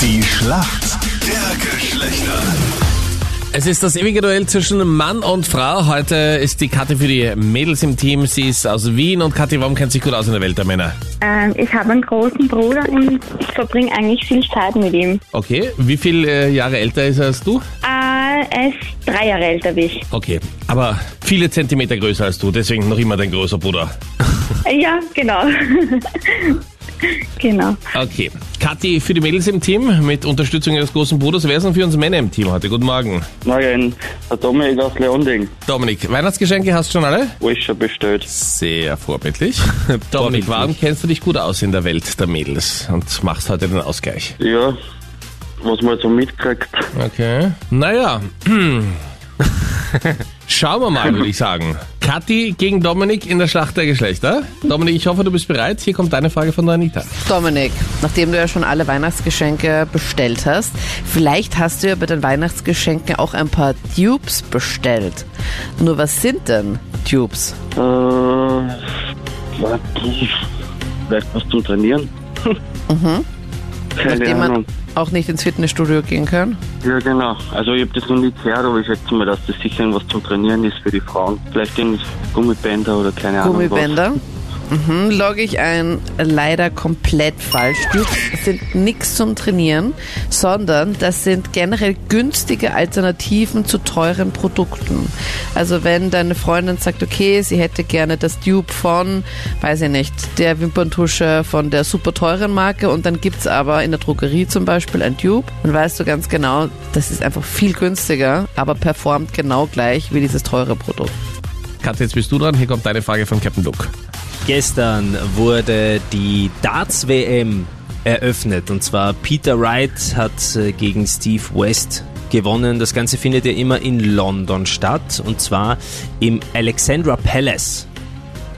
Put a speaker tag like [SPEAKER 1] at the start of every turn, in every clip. [SPEAKER 1] Die Schlacht der Geschlechter.
[SPEAKER 2] Es ist das ewige Duell zwischen Mann und Frau. Heute ist die Kathi für die Mädels im Team. Sie ist aus Wien und Kathi, warum kennt sich gut aus in der Welt der Männer?
[SPEAKER 3] Ähm, ich habe einen großen Bruder und verbringe eigentlich viel Zeit mit ihm.
[SPEAKER 2] Okay, wie viel äh, Jahre älter ist er als du?
[SPEAKER 3] Äh, er ist drei Jahre älter wie ich.
[SPEAKER 2] Okay, aber viele Zentimeter größer als du, deswegen noch immer dein großer Bruder.
[SPEAKER 3] Äh, ja, genau. genau.
[SPEAKER 2] Okay, Kathi für die Mädels im Team mit Unterstützung ihres großen Bruders. Wer ist denn für uns Männer im Team heute? Guten Morgen.
[SPEAKER 4] Morgen, der Dominik aus Leonding.
[SPEAKER 2] Dominik, Weihnachtsgeschenke hast du schon alle?
[SPEAKER 4] Alles schon bestellt.
[SPEAKER 2] Sehr vorbildlich. Dominik, warum kennst du dich gut aus in der Welt der Mädels und machst heute den Ausgleich?
[SPEAKER 4] Ja, was man so mitkriegt.
[SPEAKER 2] Okay. Naja, schauen wir mal, würde ich sagen. Kathi gegen Dominik in der Schlacht der Geschlechter. Dominik, ich hoffe, du bist bereit. Hier kommt deine Frage von der Anita.
[SPEAKER 5] Dominik, nachdem du ja schon alle Weihnachtsgeschenke bestellt hast, vielleicht hast du ja bei den Weihnachtsgeschenken auch ein paar Dupes bestellt. Nur was sind denn Dupes?
[SPEAKER 4] Äh, warte. Vielleicht was zum Trainieren? Keine
[SPEAKER 5] Nachdem
[SPEAKER 4] Ahnung.
[SPEAKER 5] man auch nicht ins Fitnessstudio gehen kann?
[SPEAKER 4] Ja, genau. Also, ich habe das noch nicht gehört, aber ich schätze mal, dass das sicher was zum Trainieren ist für die Frauen. Vielleicht irgendwas Gummibänder oder keine Ahnung. was.
[SPEAKER 5] Gummibänder? Mhm, logge ich ein, leider komplett falsch. Dupes sind nichts zum Trainieren, sondern das sind generell günstige Alternativen zu teuren Produkten. Also wenn deine Freundin sagt, okay, sie hätte gerne das Dupe von, weiß ich nicht, der Wimperntusche von der super teuren Marke und dann gibt's aber in der Drogerie zum Beispiel ein Dupe, dann weißt du ganz genau, das ist einfach viel günstiger, aber performt genau gleich wie dieses teure Produkt.
[SPEAKER 2] Kathi, jetzt bist du dran. Hier kommt deine Frage von Captain Luke.
[SPEAKER 6] Gestern wurde die Darts WM eröffnet und zwar Peter Wright hat äh, gegen Steve West gewonnen. Das Ganze findet ja immer in London statt und zwar im Alexandra Palace.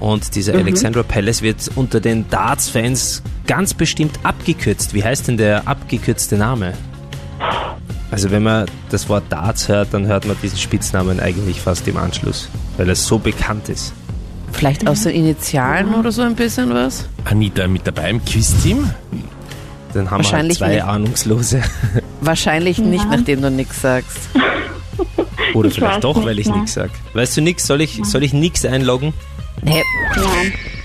[SPEAKER 6] Und dieser Alexandra Palace wird unter den Darts-Fans ganz bestimmt abgekürzt. Wie heißt denn der abgekürzte Name? Also wenn man das Wort Darts hört, dann hört man diesen Spitznamen eigentlich fast im Anschluss, weil er so bekannt ist.
[SPEAKER 5] Vielleicht aus den Initialen oder so ein bisschen was?
[SPEAKER 2] Anita mit dabei im Quiz-Team.
[SPEAKER 6] Dann haben
[SPEAKER 5] Wahrscheinlich
[SPEAKER 6] wir halt zwei
[SPEAKER 5] nicht.
[SPEAKER 6] Ahnungslose.
[SPEAKER 5] Wahrscheinlich nicht, nachdem du nichts sagst.
[SPEAKER 6] Oder
[SPEAKER 3] Ich weiß
[SPEAKER 6] vielleicht doch,
[SPEAKER 3] nicht ne.
[SPEAKER 6] weil ich
[SPEAKER 3] mehr.
[SPEAKER 6] nichts sag. Weißt du nix? Soll ich, soll ich nix einloggen?
[SPEAKER 5] Hä?
[SPEAKER 3] Nein,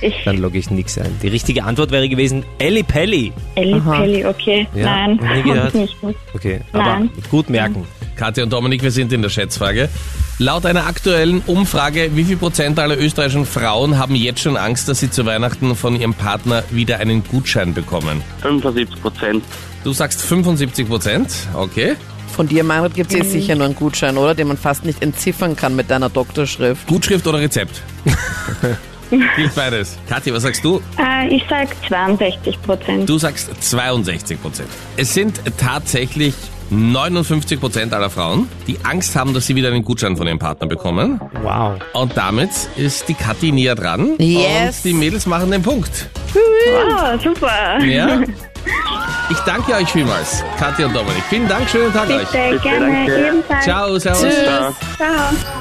[SPEAKER 3] ich,
[SPEAKER 6] Dann logge ich nix ein. Die richtige Antwort wäre gewesen Elli Pelli.
[SPEAKER 3] Elli
[SPEAKER 5] Aha.
[SPEAKER 3] Pelli, okay.
[SPEAKER 6] Ja,
[SPEAKER 3] Nein,
[SPEAKER 6] noch nie
[SPEAKER 3] hab
[SPEAKER 6] gehört.
[SPEAKER 3] ich nicht. gewusst.
[SPEAKER 6] Okay,
[SPEAKER 3] Nein.
[SPEAKER 6] aber gut merken.
[SPEAKER 2] Kathi und Dominik, wir sind in der Schätzfrage. Laut einer aktuellen Umfrage, wie viel Prozent aller österreichischen Frauen haben jetzt schon Angst, dass sie zu Weihnachten von ihrem Partner wieder einen Gutschein bekommen?
[SPEAKER 4] 75 Prozent.
[SPEAKER 2] Du sagst 75 Prozent, okay.
[SPEAKER 5] Von dir, Meinrad, gibt es eh sicher nur einen Gutschein, oder? Den man fast nicht entziffern kann mit deiner Doktorschrift.
[SPEAKER 2] Gutschrift oder Rezept? Gilt beides. Kathi, was sagst du?
[SPEAKER 3] Äh, ich sag 62 Prozent.
[SPEAKER 2] Du sagst 62 Prozent. Es sind tatsächlich 59 Prozent aller Frauen, die Angst haben, dass sie wieder einen Gutschein von ihrem Partner bekommen.
[SPEAKER 6] Wow.
[SPEAKER 2] Und damit ist die Kathi näher dran.
[SPEAKER 5] Yes.
[SPEAKER 2] Und die Mädels machen den Punkt.
[SPEAKER 3] Oh, super.
[SPEAKER 2] Ja? Ich danke euch vielmals, Kathi und Dominik. Vielen Dank, schönen Tag euch.
[SPEAKER 3] Bitte,
[SPEAKER 4] Bitte,
[SPEAKER 3] gerne,
[SPEAKER 4] danke.
[SPEAKER 3] ebenfalls.
[SPEAKER 2] Ciao, servus.
[SPEAKER 4] Ciao.
[SPEAKER 3] Ciao.